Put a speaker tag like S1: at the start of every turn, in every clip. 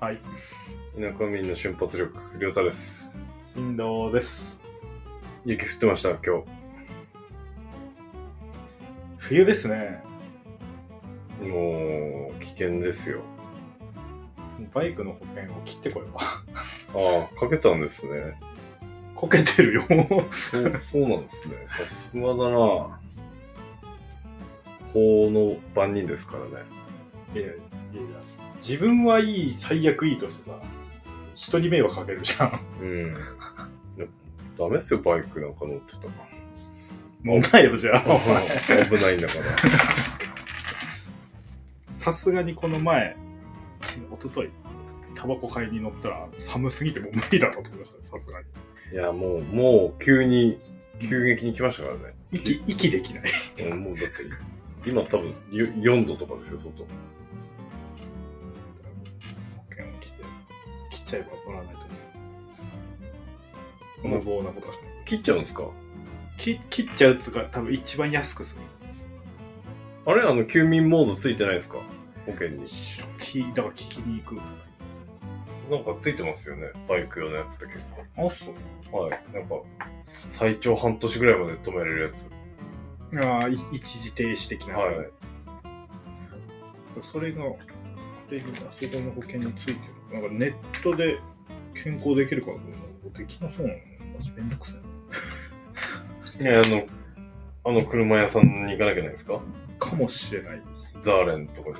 S1: はい、
S2: 田舎民の瞬発力、りょうたです。
S1: 振動です。
S2: 雪降ってました、今
S1: 冬ですね。
S2: 日。もう、危険ですよ。
S1: バイクの保険を切ってこよう。
S2: ああ、かけたんですね。
S1: こけてるよ。
S2: そう、そうなんですね。さすがだな。法の番人ですからね。
S1: いやいやいや自分はいい、最悪いいとしてさ、人に迷惑かけるじゃん。
S2: うん。いやダメっすよ、バイクなんか乗ってたら。
S1: もうないよ、じゃあ。お前
S2: 危ないんだから。
S1: さすがにこの前、一昨日タバコ買いに乗ったら寒すぎてもう無理だと思いました、さすがに。
S2: いや、もう、もう、急に、急激に来ましたからね。
S1: 息、息できない。
S2: うんもう、だって、今多分、よ4度とかですよ、外。
S1: 保険を切って、切っちゃえば乗らないと思う。無謀なことはしない。
S2: 切っちゃうんですか
S1: き切っちゃうやつが多分一番安くする。
S2: あれあの、休眠モードついてないですか保険に。
S1: きだから聞きに行く。
S2: なんかついてますよね。バイク用のやつって結
S1: あ、そう。
S2: 構。はい。なんか、最長半年ぐらいまで止めれるやつ。
S1: ああ、い一時停止的な。
S2: はい。
S1: それが、であそこの保険についてる。なんかネットで健康できるかどうかできなそうなのマジめんどくさい。
S2: いや、あの、あの車屋さんに行かなきゃいけないんですか
S1: かもしれないです。
S2: ザーレンとかに。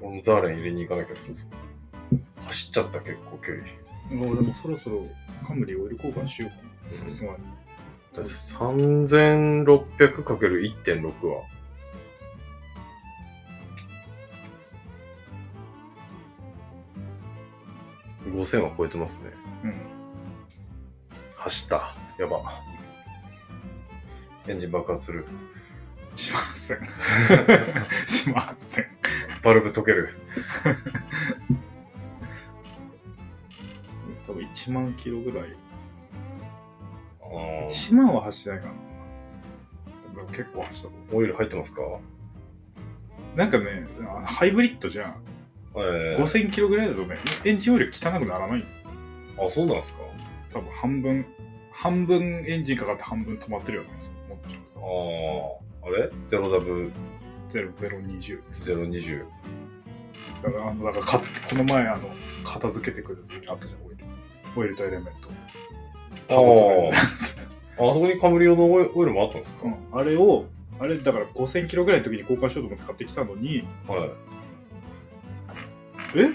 S2: 俺もザーレン入れに行かなきゃそうそう走っちゃった結構距離。
S1: もうでもそろそろカムリオイル交換しようか
S2: う
S1: な。
S2: ん
S1: さすがに。
S2: 3600×1.6 は。5000は超えてますね。
S1: うん。
S2: 走った。やば。エンジン爆発する。
S1: しません。しません。
S2: バルブ溶ける。
S1: 多分1万キロぐらい。
S2: あー
S1: 1万は走らないかな。でも結構走ったと思
S2: オイル入ってますか
S1: うなんかね、あハイブリッドじゃん。
S2: ええ
S1: 5000キロぐらいだとね、エンジンオイル汚くならない。
S2: あ、そうなんですか
S1: 多分半分、半分エンジンかかって半分止まってるよね。もっち
S2: ああ。あれ ?0W020。
S1: とゼロゼロ二十。だから、あの、だからか、この前、あの、片付けてくる時にあったじゃん、オイル。オイルとエレメント。
S2: あ
S1: 箱詰めのや
S2: ー
S1: つ
S2: あ、あそこにカムリ用のオイオイルもあったんですか、
S1: うんあれを、あれ、だから5000キロぐらいの時に交換しようと思って買ってきたのに、
S2: はい。
S1: え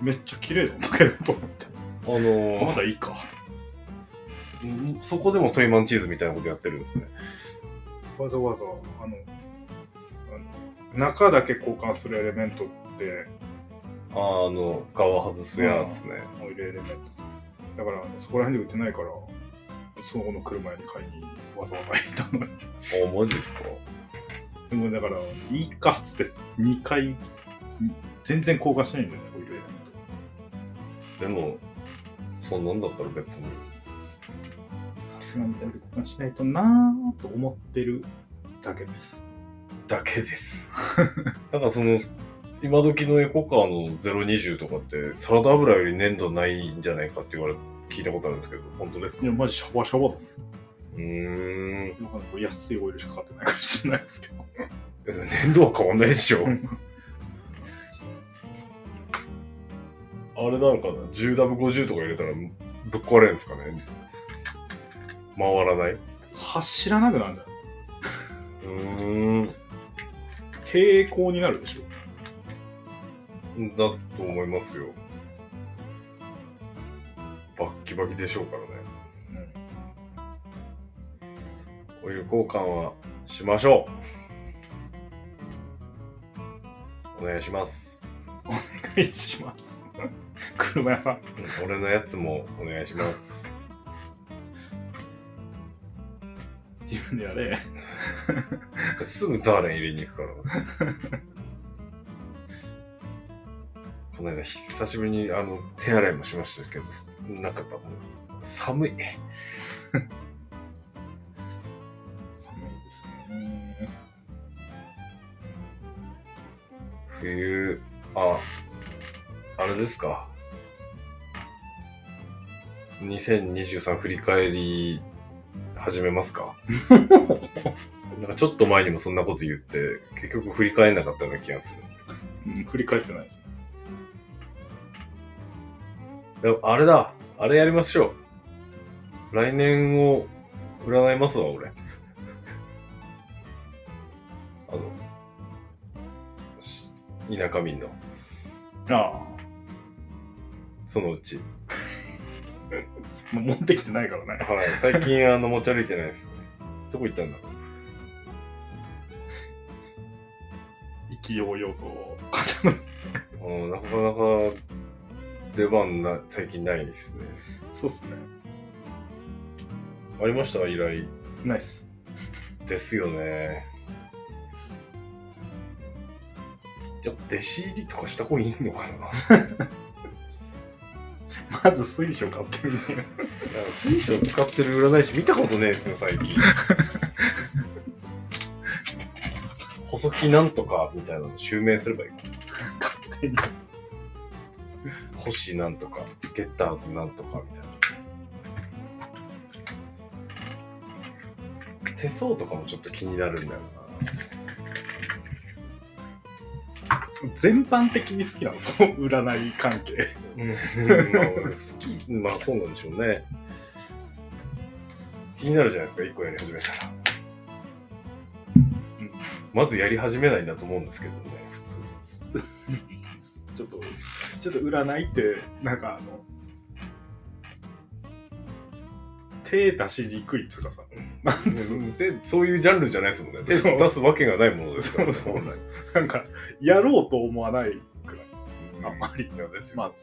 S1: めっちゃ綺麗なんだけど、と思って。
S2: あのー
S1: まだいいか。
S2: うんそこでもトイマンチーズみたいなことやってるんですね。
S1: わざわざあのあの中だけ交換するエレメントって
S2: あーあの、皮外すやつね。
S1: オイルエレメントだからあのそこら辺で売ってないからその後の車屋に買いにわざわざ行ったの に
S2: あマジですか
S1: でもだからいいかっつって2回全然交換しないんだよねオイルエレメン
S2: でも、そんなんだったら別に。
S1: トさすがにオイル交換しないとなぁと思ってるだけです
S2: だけです。 なんかその、今時のエコカーの020とかって、サラダ油より粘度ないんじゃないかって言われ、聞いたことあるんですけど、本当ですか
S1: いやマジシャバシャバだね
S2: うーん。
S1: よくなんか安いオイルしか買ってないかもしれないですけど
S2: 粘度は変わんないでしょ。
S1: うん
S2: あれなのかな ?10W50 とか入れたらぶっ壊れるんですかね回らない
S1: 走らなくなるんだよ
S2: うーん。
S1: 抵抗になるでしょ
S2: だと思いますよ。バッキバキでしょうからね。オイル交換はしましょう。お願いします。
S1: お願いします。 車屋さん。
S2: うん俺のやつもお願いします。
S1: 自分でやれ。
S2: すぐザーレン入れに行くから。この間久しぶりにあの手洗いもしましたけど、なんかやっぱもう寒い。
S1: 寒いですね。
S2: 冬、あ、あれですか。2023振り返り始めますか。なんかちょっと前にもそんなこと言って、結局振り返んなかったような気がす
S1: うん、振り返ってないですね。
S2: る。でもあれだ、あれやりましょう。来年を占いますわ、俺。 あの、し田舎民の、
S1: あ
S2: そのうち。
S1: あ、もう持ってきてないからね。
S2: はい、最近あの持ち歩いてないですね。 どこ行ったんだろう。
S1: 意気揚々と。
S2: うんなかなか出番な最近ないですね。
S1: そうっすね。
S2: ありました依頼。
S1: ナイス。
S2: ですよね。やっぱ弟子入りとかした方がいいのかななんか
S1: まず水晶買ってみる。
S2: 水晶使ってる占い師見たことねえですよ、最近。細木なんとかみたいなの襲名すればいい。
S1: 勝手に。
S2: 星なんとか、ゲッターズなんとかみたいな。手相とかもちょっと気になるんだよな。
S1: 全般的に好きなの、その占い関係。
S2: うん、まあ好き、まあそうなんでしょうね。気になるじゃないですか、一個やり始めたら。
S1: うん
S2: まずやり始めないんだと思うんですけどね、普通。
S1: ちょっと、ちょっと占いって、なんかあの、手出しにくいっつうかさ、なんつうの
S2: でそういうジャンルじゃないですもんね。手
S1: そう
S2: を出すわけがないものですから、ね、
S1: そうそう
S2: 本来
S1: なんか、やろうと思わないくらい、あんまり。
S2: いやですよ
S1: まず。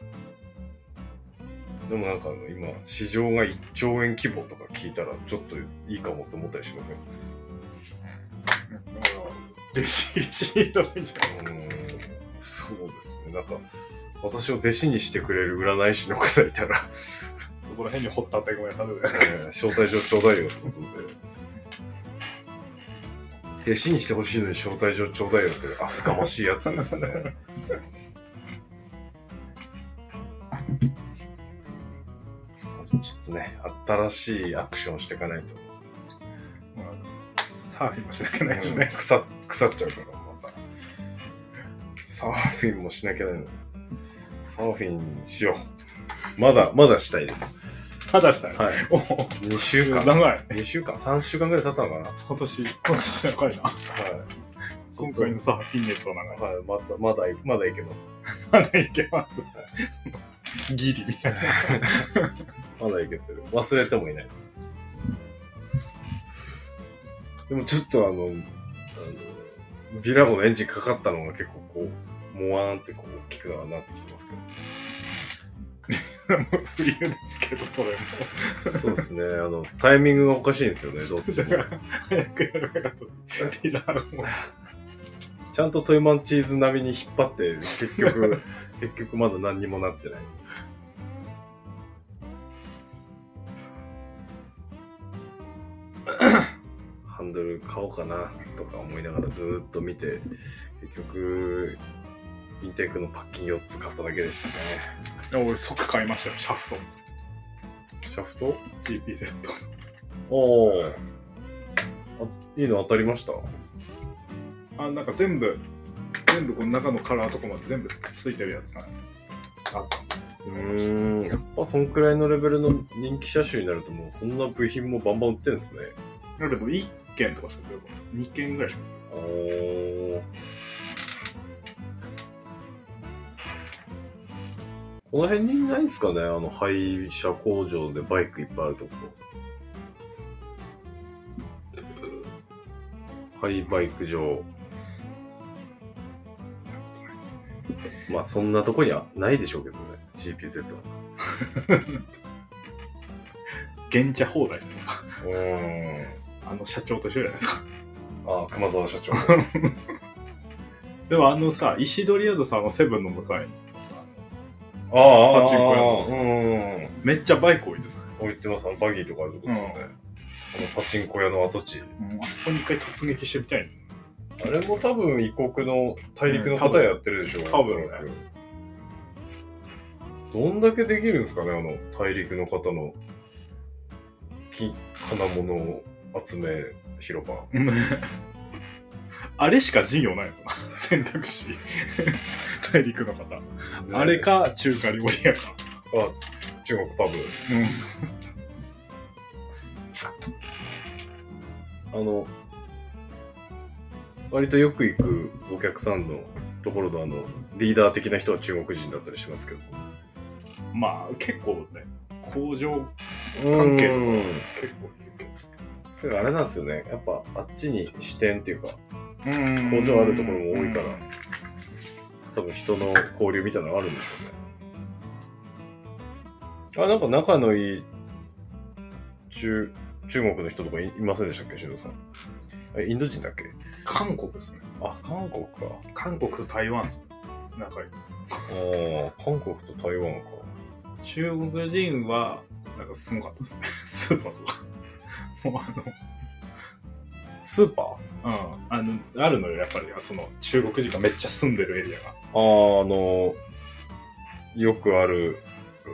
S2: でもなんかあの今、市場が1兆円規模とか聞いたら、ちょっといいかもと思ったりしません
S1: だから弟子入りしに行ったらいいんじゃないですか。
S2: そうですね。なんか、私を弟子にしてくれる占い師の方いたら、
S1: そこら辺に掘ったてごめんなさい。
S2: えー招待状ちょうだいよってことで。弟子にしてほしいのに招待状ちょうだいよって、厚かましいやつですね。ちょっとね、新しいアクションしていかないと。
S1: まあサーフィンもしなきゃいけないしね。
S2: 腐っ腐っちゃうから、また。サーフィンもしなきゃいけないの。サーフィンしよう。まだ、まだしたいです。
S1: ただしたい。
S2: はい。
S1: おお、
S2: 2週間。
S1: 長い。
S2: 2週間 ?3 週間ぐらい経ったのかなは
S1: 今年、今年長いな。
S2: い。
S1: 今回のサーフィン熱は長い。
S2: はい、まだ、まだ、まだいけます。
S1: まだいけます。ギリみたいな。
S2: まだいけてる。忘れてもいないです。でもちょっとあの、あのビラゴのエンジンかかったのが結構こう、もわーんってこう大きくなってきてますけど。
S1: もう不流ですけど、それも。
S2: そうですね。あの、タイミングがおかしいんですよね、どっち
S1: だ
S2: も
S1: か。ら、早くやるからと。ピラーも。
S2: ちゃんとトイマンチーズ並みに引っ張って、結 局、結局まだ何にもなってない。 ハンドル買おうかなとか思いながらずーっと見て、結局、インテークのパッキン4つ買っただけでしたね。
S1: 俺即買いましたよ、シャフト。
S2: シャフト
S1: GP セット。
S2: おお。あいいの当たりました
S1: あ、なんか全部、全部この中のカラーとかまで全部ついてるやつかな。
S2: うーん、やっぱそんくらいのレベルの人気車種になるともうそんな部品もバンバン売ってるんですね。
S1: だけど1件とかしか出てこない。2件ぐらいしか
S2: おーこの辺にないんすかねあの廃車工場でバイクいっぱいあるとこ廃バイク場
S1: 出たことないですね。
S2: まあそんなとこにはないでしょうけどね GPZ は
S1: 現茶放題じゃないですか。
S2: うん
S1: あの社長と一緒じゃないですか。
S2: あ あ熊沢社長
S1: でもあのさ、石取宿さんのセブンの向かいのさ、あの
S2: ああ、
S1: パチンコ屋
S2: の
S1: の。
S2: うん。
S1: めっちゃバイク置いてた
S2: 置いてます。あのバギーとかあるとこですよね。
S1: うん
S2: あのパチンコ屋の跡地。
S1: もうあそこに一回突撃してみたいね
S2: あれも多分異国の、大陸の方やってるでしょう、
S1: 多分
S2: おそらくどんだけできるんですかね、あの、大陸の方の、金、金物を集め広場。
S1: あれしか事業ないもんな 選択肢大陸の方、あれ。か中華料理屋か
S2: あ、中国パブ。あの、割とよく行くお客さんのところのあの、リーダー的な人は中国人だったりしますけど。
S1: うんまあ結構ね工場関係
S2: うん
S1: 結構
S2: あれなんですよね。やっぱあっちに支店っていうか、
S1: いるけど
S2: 工場あるところも多いか
S1: う
S2: ら
S1: ん
S2: 多分人の交流みたいなのがあるんでしょうね。あ、なんか仲のいい中、中国の人とかいいませんでしたっけ、修道さん。え、インド人だっけ
S1: 韓国ですね
S2: あ、韓国か。
S1: 韓国と台湾ですね仲いい
S2: ああ、韓国と台湾か。
S1: 中国人はなんかすごかったですねスーパーとか もうあの
S2: スーパー
S1: うん、あのあるのよやっぱりその中国人がめっちゃ住んでるエリアが
S2: あーあの、よくある、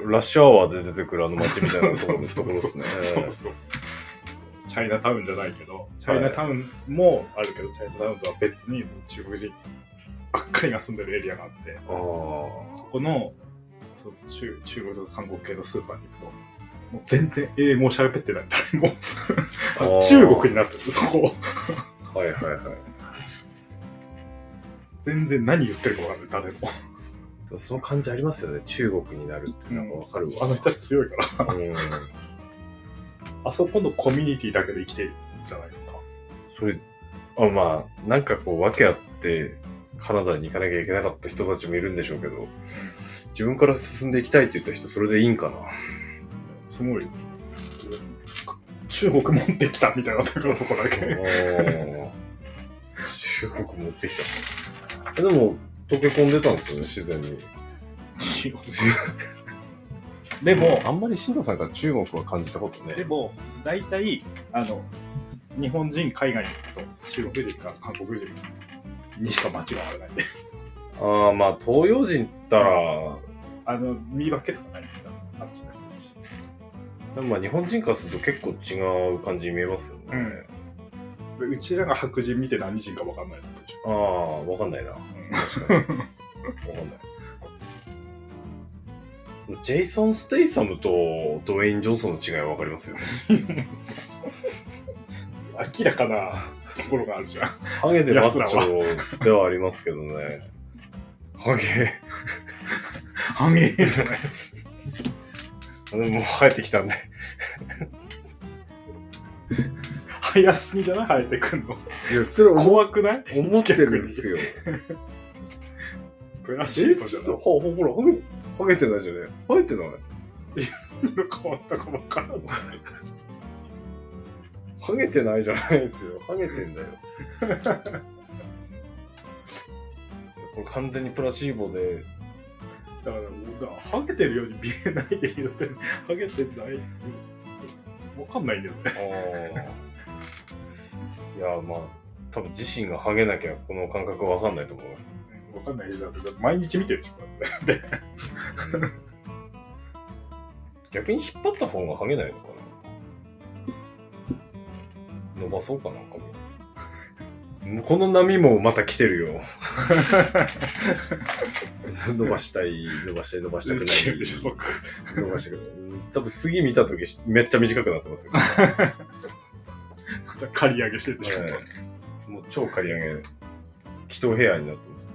S2: ラッシュアワーで出てくるあの街みたいなところのところですね。
S1: そうそうチャイナタウンじゃないけどチャイナタウンもあるけど、チャイナタウンとは別にその中国人ばっかりが住んでるエリアがあって
S2: ああ
S1: ここのその中中国とか韓国系のスーパーに行くともう全然英語喋ってない誰も
S2: あー
S1: あ中国になってるそこ
S2: ー、はいはいはい。
S1: 全然何言ってるか分かんない誰も
S2: でもその感じありますよね。中国になるってなんかわかる
S1: あ
S2: わ。
S1: の人は強いから
S2: うん
S1: あそこのコミュニティだけで生きてるんじゃないのか
S2: それ、あまあ、なんかこう、訳あって、カナダに行かなきゃいけなかった人たちもいるんでしょうけど、自分から進んでいきたいって言った人、それでいいんかな。
S1: すごい。中国持ってきたみたいなだからそこだ
S2: あ
S1: け。
S2: ー中国持ってきた。でも、溶け込んでたんですよね、自然に。
S1: でも、
S2: あんまり新藤さんから中国は感じたことね。
S1: でも、大体、あの、日本人、海外に行くと、中国人か韓国人にしか間違われない。
S2: ああ、まあ、東洋人ったら、
S1: あの、見分けつかないみたいな感じの人だし。
S2: でもまあ日本人からすると結構違う感じに見えますよね。
S1: うんでうちらが白人見て何人か分かんないってことでしょ
S2: ああ、わかんないな。確かに。わかんない。ジェイソン・ステイサムとドウェイン・ジョンソンの違いはわかりますよね。
S1: 明らかなところがあるじゃん。
S2: ハゲでマッチョではありますけどね。ハゲ。
S1: ハゲじゃない。
S2: でももう生えてきたんで。
S1: 早すぎじゃない生えてくんの。
S2: いや、それ
S1: 怖くない
S2: 思ってるんですよ。
S1: ブラシートじゃない
S2: ほほほら、ハゲ、ハゲてないじゃねハゲてない
S1: 変わったか分からん
S2: ハゲてないじゃないですよ。ハゲてんだよ。 これ完全にプラシーボで
S1: だから、だからハゲてるように見えないでいいよって、ハゲてない。わかんないんだよね。
S2: あーいやまあ多分自身がハゲなきゃこの感覚は分かんないと思います
S1: わかんないし、だって毎日見てるでしょ。だって
S2: 逆に引っ張った方がハゲないのかな伸ばそうかな髪この波もまた来てるよ 伸ばしたい伸ばしたい伸ばしたく
S1: 好き
S2: ない
S1: でしょ、そっか。
S2: 伸ばしたくない多分次見た時めっちゃ短くなってますよ
S1: 刈り上げしてるでしょ。
S2: はいもう超刈り上げ気筒ヘアになってます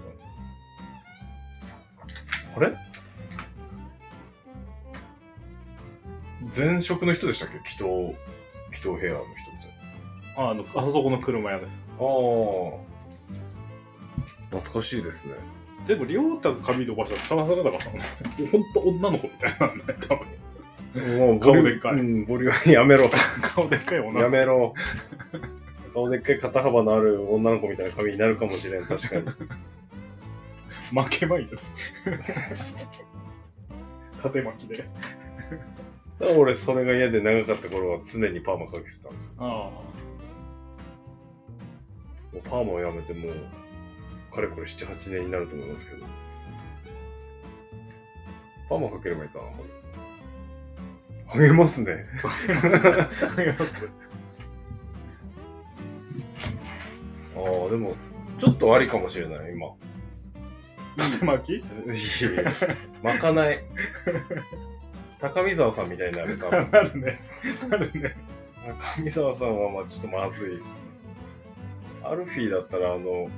S2: あれ前職の人でしたっけ気筒気筒ヘアの人みたい
S1: ああの、あそこの車屋です。
S2: なああ懐かしいですね
S1: でも、りょうたが髪伸ばしたらサラサラだからさ、もうほんと女の子みたいなんだよ、多分。
S2: もう
S1: 顔でっかい
S2: うん、ボリュームやめろ
S1: 顔でっかい女
S2: や
S1: の子。
S2: めろ顔でっかい肩幅のある女の子みたいな髪になるかも しれん確かに
S1: 負けまいじゃない。 縦巻きで。
S2: だから俺、それが嫌で長かった頃は常にパーマかけてたんですよ。
S1: あ
S2: もうパーマをやめてもう、かれこれ7、8年になると思いますけど。パーマかければいいかな、まず。励ますね。ああ、でも、ちょっとありかもしれない、今。
S1: 縦巻き
S2: いやいやまかない。高見沢さんみたいになるか
S1: な
S2: も。
S1: るね。なるね。
S2: 高見沢さんはまあちょっとまずいっすね。アルフィーだったら、あの、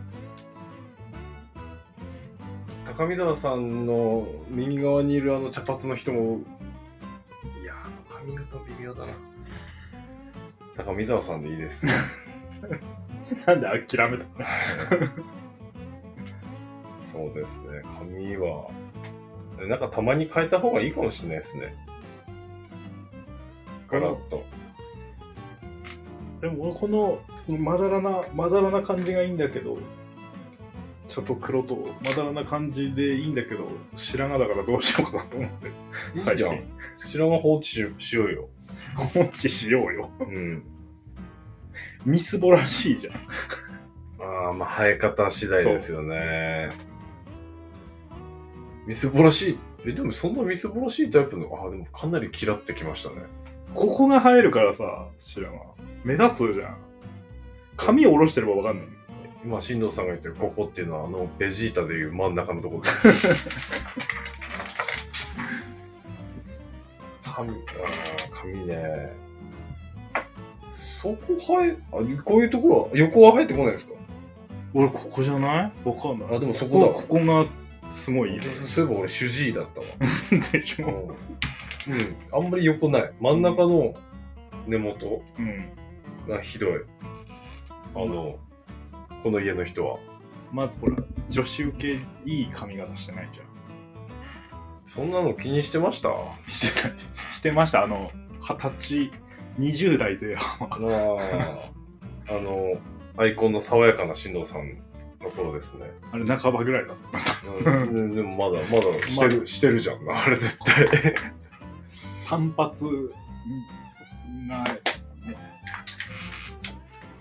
S2: 高見沢さんの右側にいるあの茶髪の人も、いや、あの髪型微妙だな。高見沢さんでいいです。
S1: なんで諦めた
S2: そうですね。髪は、なんかたまに変えた方がいいかもしれないですね。ガラッと。
S1: でも俺このこのまだらなまだらな感じがいいんだけどちょっと黒とまだらな感じでいいんだけど白髪だからどうしようかなと思って
S2: いいじゃん。白髪放置ししようよ。
S1: 放置しようよ
S2: うん。
S1: みすぼらしいじゃん
S2: ああ、まあ生え方次第ですよね。みすぼらしい。え、でもそんなみすぼらしいタイプの、ああ、でもかなり嫌ってきましたね。
S1: ここが生えるからさ白髪目立つじゃん髪を下ろしてればわかんないんですよ
S2: 今、進藤さんが言ってるここっていうのは、あの、ベジータでいう真ん中のところです。髪、ああ、髪ね。そこ生え、あ、こういうところは、横は生えてこないですか
S1: 俺ここじゃないわかんない
S2: あでもそこだ
S1: ここがすごいいい
S2: そうそういえば俺、主治医だったわ。
S1: でしょ
S2: うん、あんまり横ない。真ん中の根元
S1: うん
S2: がひどい。あの、この家の人は。
S1: まずほら女子受けいい髪型してないじゃん
S2: そんなの気にして ましたあ
S1: してないしてましたあの二十歳20代前半
S2: あの、アイコンの爽やかな進藤さんの頃です ね。
S1: あれ半ばぐらいだった
S2: うん、でもま だ、まだしてる、してるじゃんな。あれ絶対。
S1: 単発がね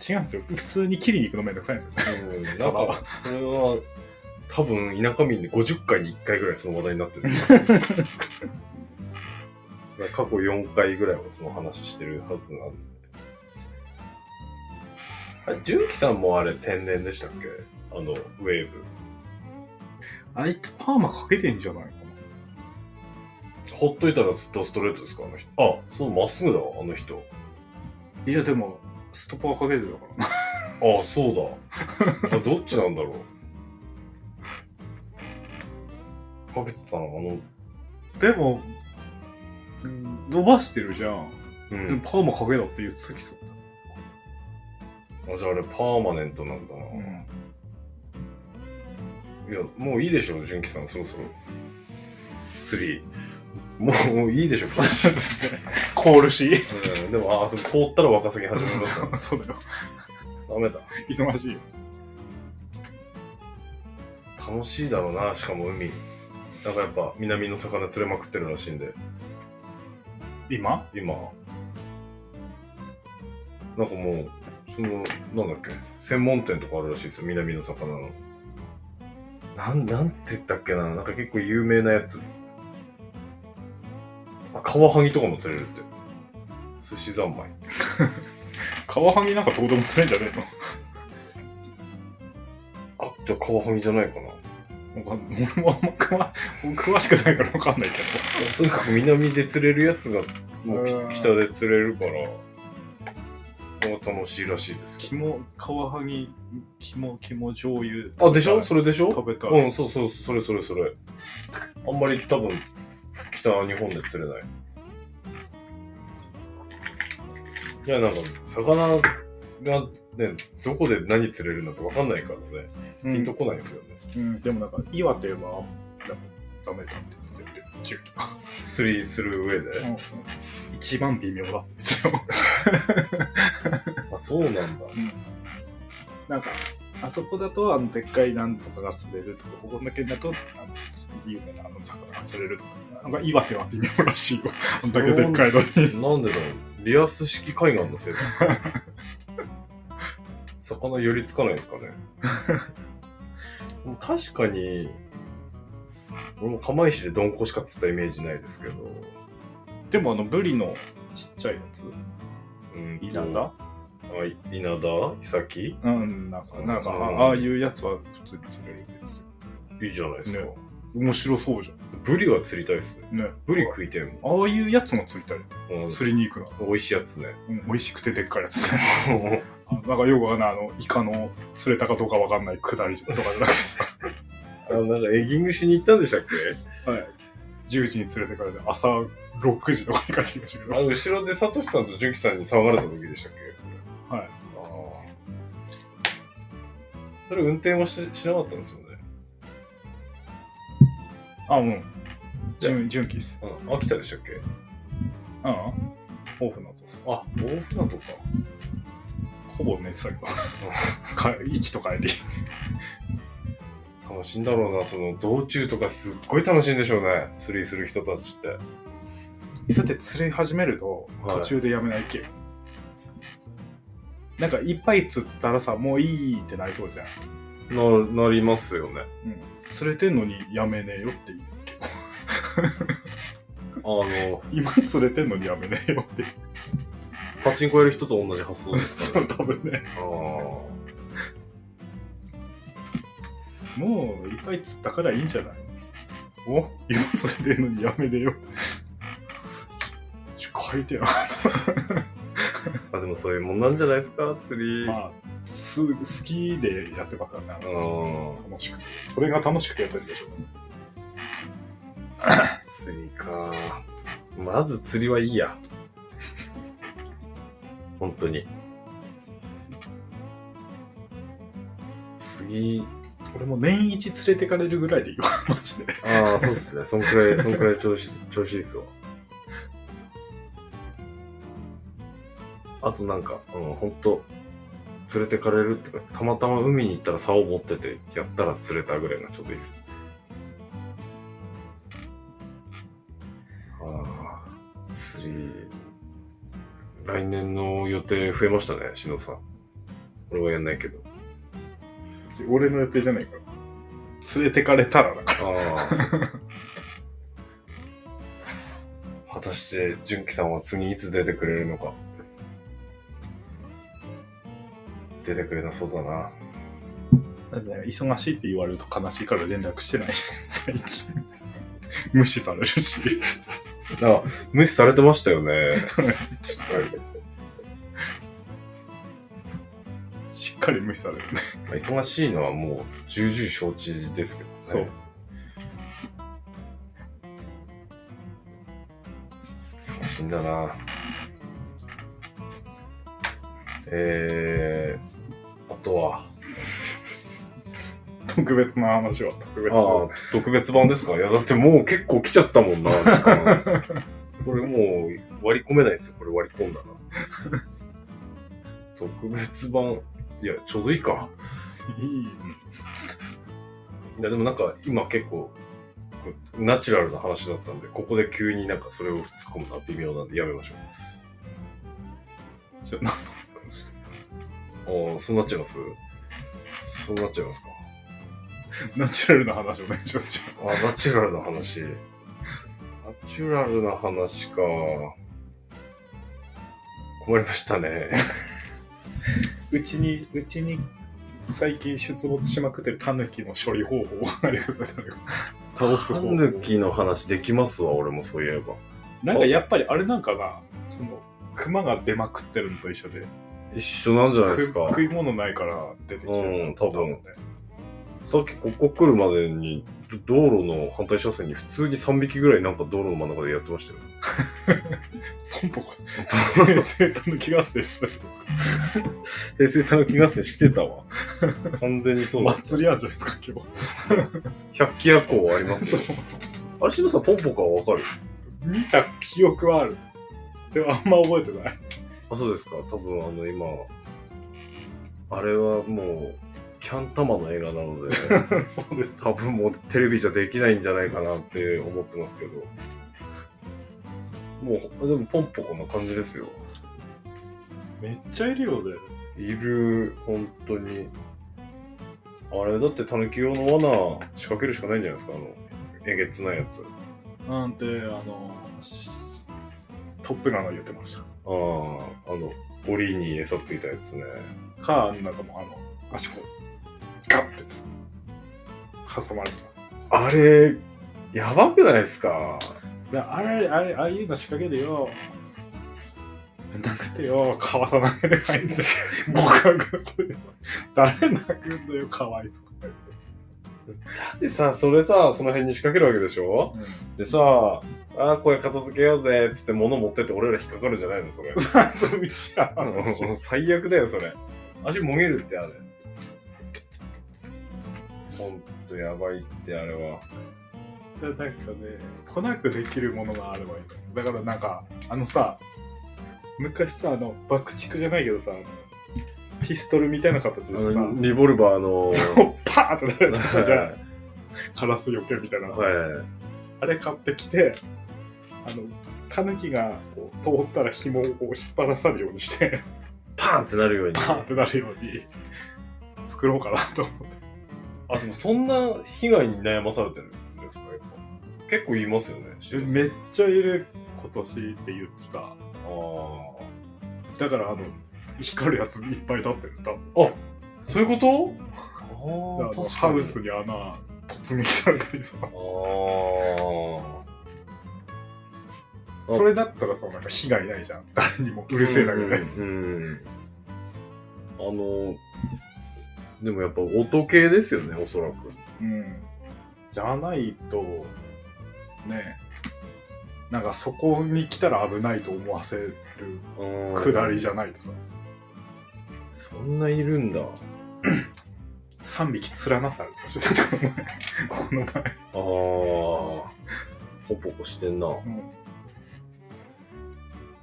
S1: 違うんですよ普通に切りに行くのめんどくさいんですよ
S2: うん、なんか、それは、多分、田舎民で50回に1回ぐらいその話題になってるんですよ。過去4回ぐらいはその話してるはずなんで。あれ、純喜さんもあれ天然でしたっけあの、ウェーブ。
S1: あいつパーマかけてんじゃないか
S2: ほっといたらずっとストレートですかあの人。あ、そう、まっすぐだわ、あの人。
S1: ないやでもストッパーかけてるからな
S2: あ、そうだ。あどっちなんだろう。かけてたの、あの、
S1: でもうん伸ばしてるじゃん、
S2: う
S1: でも
S2: ん。
S1: パーマかけだって言ってたきそうだ、
S2: あじゃああれ、パーマネントなんだな。いや、もういいでしょ、純喜さん、そろそろ。3。もう、もういいでしょ、これ
S1: そうですねコールし
S2: うん、でも、あ、でも凍ったらワカサギ始めました。
S1: そうだよ
S2: ダメだ。
S1: 忙しいよ
S2: 楽しいだろうな、しかも海。なんかやっぱ、南の魚釣れまくってるらしいんで、
S1: 今
S2: 今。なんかもう、その、なんだっけ、専門店とかあるらしいですよ、南の魚の。なん、なんて言ったっけな、なんか結構有名なやつ。あ、カワハギとかも釣れるって。寿司三昧。
S1: カワハギなんかどうでもするんじゃね
S2: あ、じゃあカワハギじゃないかな。
S1: えのわかんない俺もあんま詳詳しくないからわかんないけど
S2: とにかく南で釣れるやつが、もうき
S1: うん
S2: 北で釣れるから、もう楽しいらしいですよ。
S1: 肝、カワハギ、肝、肝醤油。
S2: あ、でしょそれでしょ
S1: 食べたい。
S2: うん、そうそう、それそれそれ。あんまり多分、北日本で釣れない。いや、なんか、魚がね、どこで何釣れるのかわかんないからね、
S1: う
S2: ピンと
S1: ん
S2: こないですよね。
S1: うんでもなんか、岩手は、でもダメだって言ってて、中期か。
S2: 釣りする上で。
S1: 一番微妙だったんですよ。
S2: あ、そうなんだ。
S1: なんか、あそこだと、あの、でっかいなんとかが釣れるとか、ここの県だと、あの、有名なあの魚が釣れるとか、なんか岩手は微妙らしいよ。あんだけでっか いのに。
S2: なんでだろう。リアス式海岸のせいですか 魚寄りつかないですかね。でも確かに、俺も釜石でドンコしか釣ったイメージないですけど、
S1: でも、あの、ブリのちっちゃいや
S2: うん
S1: つ、
S2: と
S1: いなんだ
S2: あい稲田イサキ
S1: うん、なんか、なんか、
S2: うん
S1: ああいうやつは普通に釣れるって言って
S2: いいじゃないですか。
S1: ね面白そうじゃ
S2: ブリは釣りたいっすね。
S1: ん。ね。
S2: ブリ食いてんの。
S1: ああいうやつも釣りたい。
S2: うん
S1: 釣りに行くの。
S2: 美味しいやつね。
S1: うん美味しくてでっかいやつね。あなんかよくあの、あのイカの釣れたかどうかわかんないくだりとかじゃなくてさ、
S2: あなんかエギングしに行ったんでしたっけ
S1: 10時に釣れてからで朝6時とかに帰ってきましたけど、
S2: あの後ろでサトシさんとジュンキさんに騒がれた時でしたっけそれ
S1: はい
S2: ああそれ運転はししなかったんですよね、
S1: あ、うん。純純喜です。
S2: うん、秋田でしたっけ
S1: うん。オフの後です。
S2: あ大船渡か
S1: ほぼ寝てたけど、か息 と帰り。
S2: 楽しいんだろうなその道中とかすっごい楽しいんでしょうね釣りする人たちって
S1: だって釣り始めると
S2: はい
S1: 途中でやめないけ、なんかいっぱい釣ったらさ、もういいってなりそうじゃん。
S2: ななりますよね
S1: うん。釣れてんのにやめねえよって言う。
S2: あの
S1: 今釣れてんのにやめねえよって言う。
S2: パチンコやる人と同じ発想 です
S1: そ
S2: から、
S1: う、
S2: ね、
S1: 多分ね。
S2: ああ
S1: もういっぱい釣ったからいいんじゃないお今釣れてんのにやめねえよ。ちょ、書いてよ。
S2: まあでもそういうもんなんじゃないですか釣り、
S1: まあ、す好きでやってますからね、あの人
S2: うん
S1: 楽しくて。それが楽しくてやってるんでしょうね。
S2: 釣りかまず釣りはいいや本当に次
S1: 俺も年一連れてかれるぐらいでいいわ、マジで。
S2: ああそうっすねそんくらいそんくらい調子調子いいっすわあとなんかうん本当連れてかれるってかたまたま海に行ったら竿を持っててやったら釣れたぐらいがちょうどいいっすああ釣り来年の予定増えましたねしのさん俺はやんないけど
S1: 俺の予定じゃないから。連れてかれたらだか
S2: ああそう。 果たして、純喜さんは次いつ出てくれるのか。出てくれなそうだな。
S1: ら。だって忙しいって言われると悲しいから連絡してない。最近。無視されるし。
S2: あ、無視されてましたよね。しっかり。
S1: しっかり無視されるね。
S2: まあ忙しいのはもう重々承知ですけどね。
S1: そう。
S2: 忙しいんだな。えー、あとは、
S1: 特別な話は特別。
S2: ああ、特別版ですかいや、だってもう結構来ちゃったもんな、時 間。これもう割り込めないですよ。これ割り込んだら。特別版、いや、ちょうどいいか。
S1: いい。
S2: いや、でもなんか今結構、こうナチュラルな話だったんで、ここで急になんかそれを突っ込むのは微妙なんでやめましょ
S1: ちょなんか
S2: う。ああ、そうなっちゃいますそうなっちゃいますか。
S1: ナチュラルな話お願いします。じゃあ
S2: あ、ナチュラルな話。ナチュラルな話か。困りましたね。
S1: うちに、うちに最近出没しまくってるタヌキの処理方法がありますね。倒す
S2: タ
S1: 方法。
S2: ヌキの話できますわ、俺もそういえば。
S1: なんかやっぱりあれなんかな、その、熊が出まくってるのと一緒で、
S2: 一緒なんじゃな
S1: 食
S2: いで
S1: い
S2: すか。
S1: 食い物ないから出てきてる
S2: うん多分
S1: ね。
S2: さっきここ来るまでに、ど道路の反対車線に普通に3匹ぐらいなんか道路の真ん中でやってましたよ。
S1: ポンポコ。平成タヌキ合戦したりですか。
S2: 平成タヌキ合戦してたわ。完全に そうだ。
S1: 祭りあるじゃないですか、今
S2: 百鬼夜行ありま
S1: 日。
S2: す
S1: そ
S2: よ
S1: う。。
S2: あれ、しのさん、ポンポカはわかる
S1: 見た記憶はある。でもあんま覚えてない。
S2: あ、そうですか。多分あの、今、あれはもう、キャンタマの映画なの で、
S1: そうです。
S2: 多分もうテレビじゃできないんじゃないかなって思ってますけど。もう、でもポンポコな感じですよ。
S1: めっちゃいるよね。
S2: いる、本当に。あれ、だって狸用の罠仕掛けるしかないんじゃないですか、あの、えげつないやつ。
S1: なんて、あの、しトップなの言ってました。
S2: ああ、あの、檻に餌ついたやつね。
S1: か、なんかもうあの、足こう、ガッてつ、挟まれてた。
S2: あれ、やばくないですか
S1: であれ、あれ、ああいうの仕掛けでよ、ぶん殴ってよ、かわさなければいいんですよ。ごかくこれ。誰殴んだよ、かわいそう。
S2: だってさ、それさ、その辺に仕掛けるわけでしょ でさ、ああ、これ片付けようぜ、っつって物持ってって俺ら引っかかるんじゃないのそれ。
S1: そう、知らん話
S2: うん最悪だよ、それ。足もげるって、あれ。ほんと、やばいって、あれは。
S1: でなんかね、来なくできるものがあればいいのだからなんか、あのさ、昔さ、あの、爆竹じゃないけどさ、ピストルみたいな形でさ、
S2: リボルバーの、
S1: パーンってなるやつあるじゃん
S2: は。
S1: カラスよけみたいな。
S2: いは
S1: あれ買ってきて、あの、タヌキがこう通ったら紐をこう引っ張らさるようにして、
S2: い、パーンってなるように。
S1: パーンってなるように作ろうかなと思って。
S2: あ、でもそんな被害に悩まされてるんですかやっぱ結構言いますよね。
S1: えめっちゃいる、今年って言ってた。
S2: ああ。
S1: だから、あの、光るやついっぱい立ってる。多分
S2: そういうこ
S1: だか
S2: と
S1: らハウス。に穴突撃されたりさ。
S2: あー
S1: それだったらさ、なんか被害ないじゃん。誰にもうるせえだけどね。
S2: うんうんあの、でもやっぱ音系ですよね、おそらく。
S1: うん。じゃないと、ねえ、なんかそこに来たら危ないと思わせる下りじゃ
S2: ん。
S1: ないとさ、
S2: そんないるんだ。あ
S1: 3匹連なったりとかしてたからお前 この前。
S2: あ。ポコしてんな。い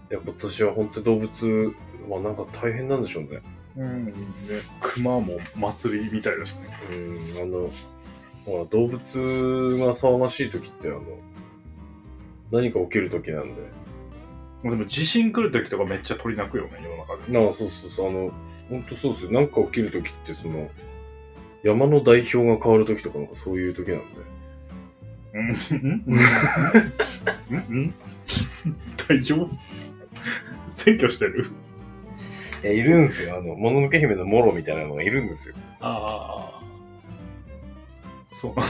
S2: や、今年は本当に動物はなんか大変なんでしょうね。
S1: うん。ね、熊も祭りみたいだしね。
S2: うん、あの、ほら、動物が騒がしい時って、あの、何か起きる時なんで。
S1: でも地震来る時とかめっちゃ鳥鳴くよね、世の中で。
S2: なあ、そうそうそう、あの、ほんとそうですよ。なんか起きるときって、その、山の代表が変わるときとか、なんかそういうときなんで。
S1: うんうんうん大丈夫占拠してる
S2: いや、いるんですよ。あの、もののけ姫のモロみたいなのがいるんですよ。
S1: ああ。そう。
S2: は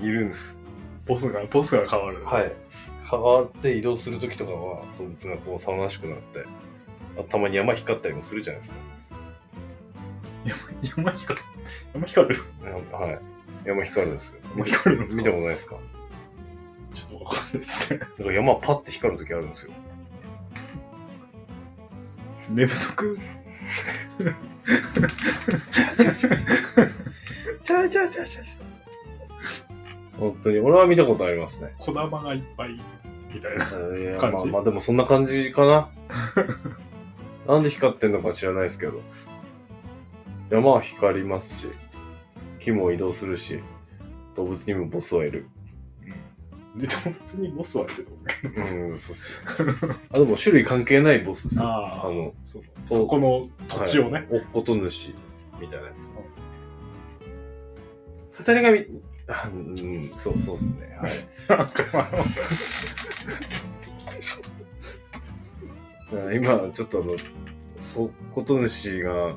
S2: い。いるんです。
S1: ボスが、ボスが変わる。
S2: はい。変わって移動するときとかは、動物がこう、騒がしくなって、あたまに山光ったりもするじゃないですか。
S1: 山光る。山光る。
S2: やはい。山光るんですよ。
S1: 山光るんです
S2: 見
S1: か
S2: たことないですか
S1: ちょっとわかんないですね。
S2: だから山パッて光るときあるんですよ。
S1: 寝不足
S2: ちゃちゃちゃちゃちゃちゃちゃ本当に、俺は見たことありますね。
S1: 小玉がいっぱいみたいな。
S2: いや
S1: 感
S2: まあ
S1: じ
S2: まあでもそんな感じか な。なんで光ってんのか知らないですけど。山は光りますし、木も移動するし、動物にもボスはいる。
S1: で、動物にボスはいると思う
S2: うん、そうっすねあ、でも種類関係ないボスですよ。
S1: あー
S2: あの、
S1: そのそこの土地をね。
S2: おっこと主みたいなやつ。語り神、あうん、そうそうっすね。はい。
S1: なんすか
S2: うん 今、ちょっとあの、おこと主が、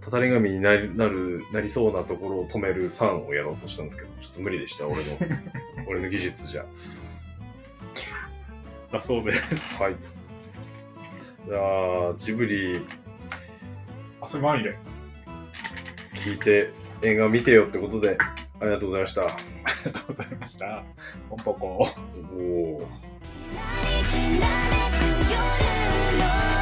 S2: たたり神になりなる、なりそうなところを止める3をやろうとしたんですけど、ちょっと無理でし た、俺の、俺の技術じゃ。
S1: だそうです。
S2: はい。いやージブリ
S1: 汗まみれ。
S2: 聞いて、映画見てよってことで、ありがとうございました。
S1: ありがとうございました。ポンポコ。
S2: おー。
S3: 「夜の」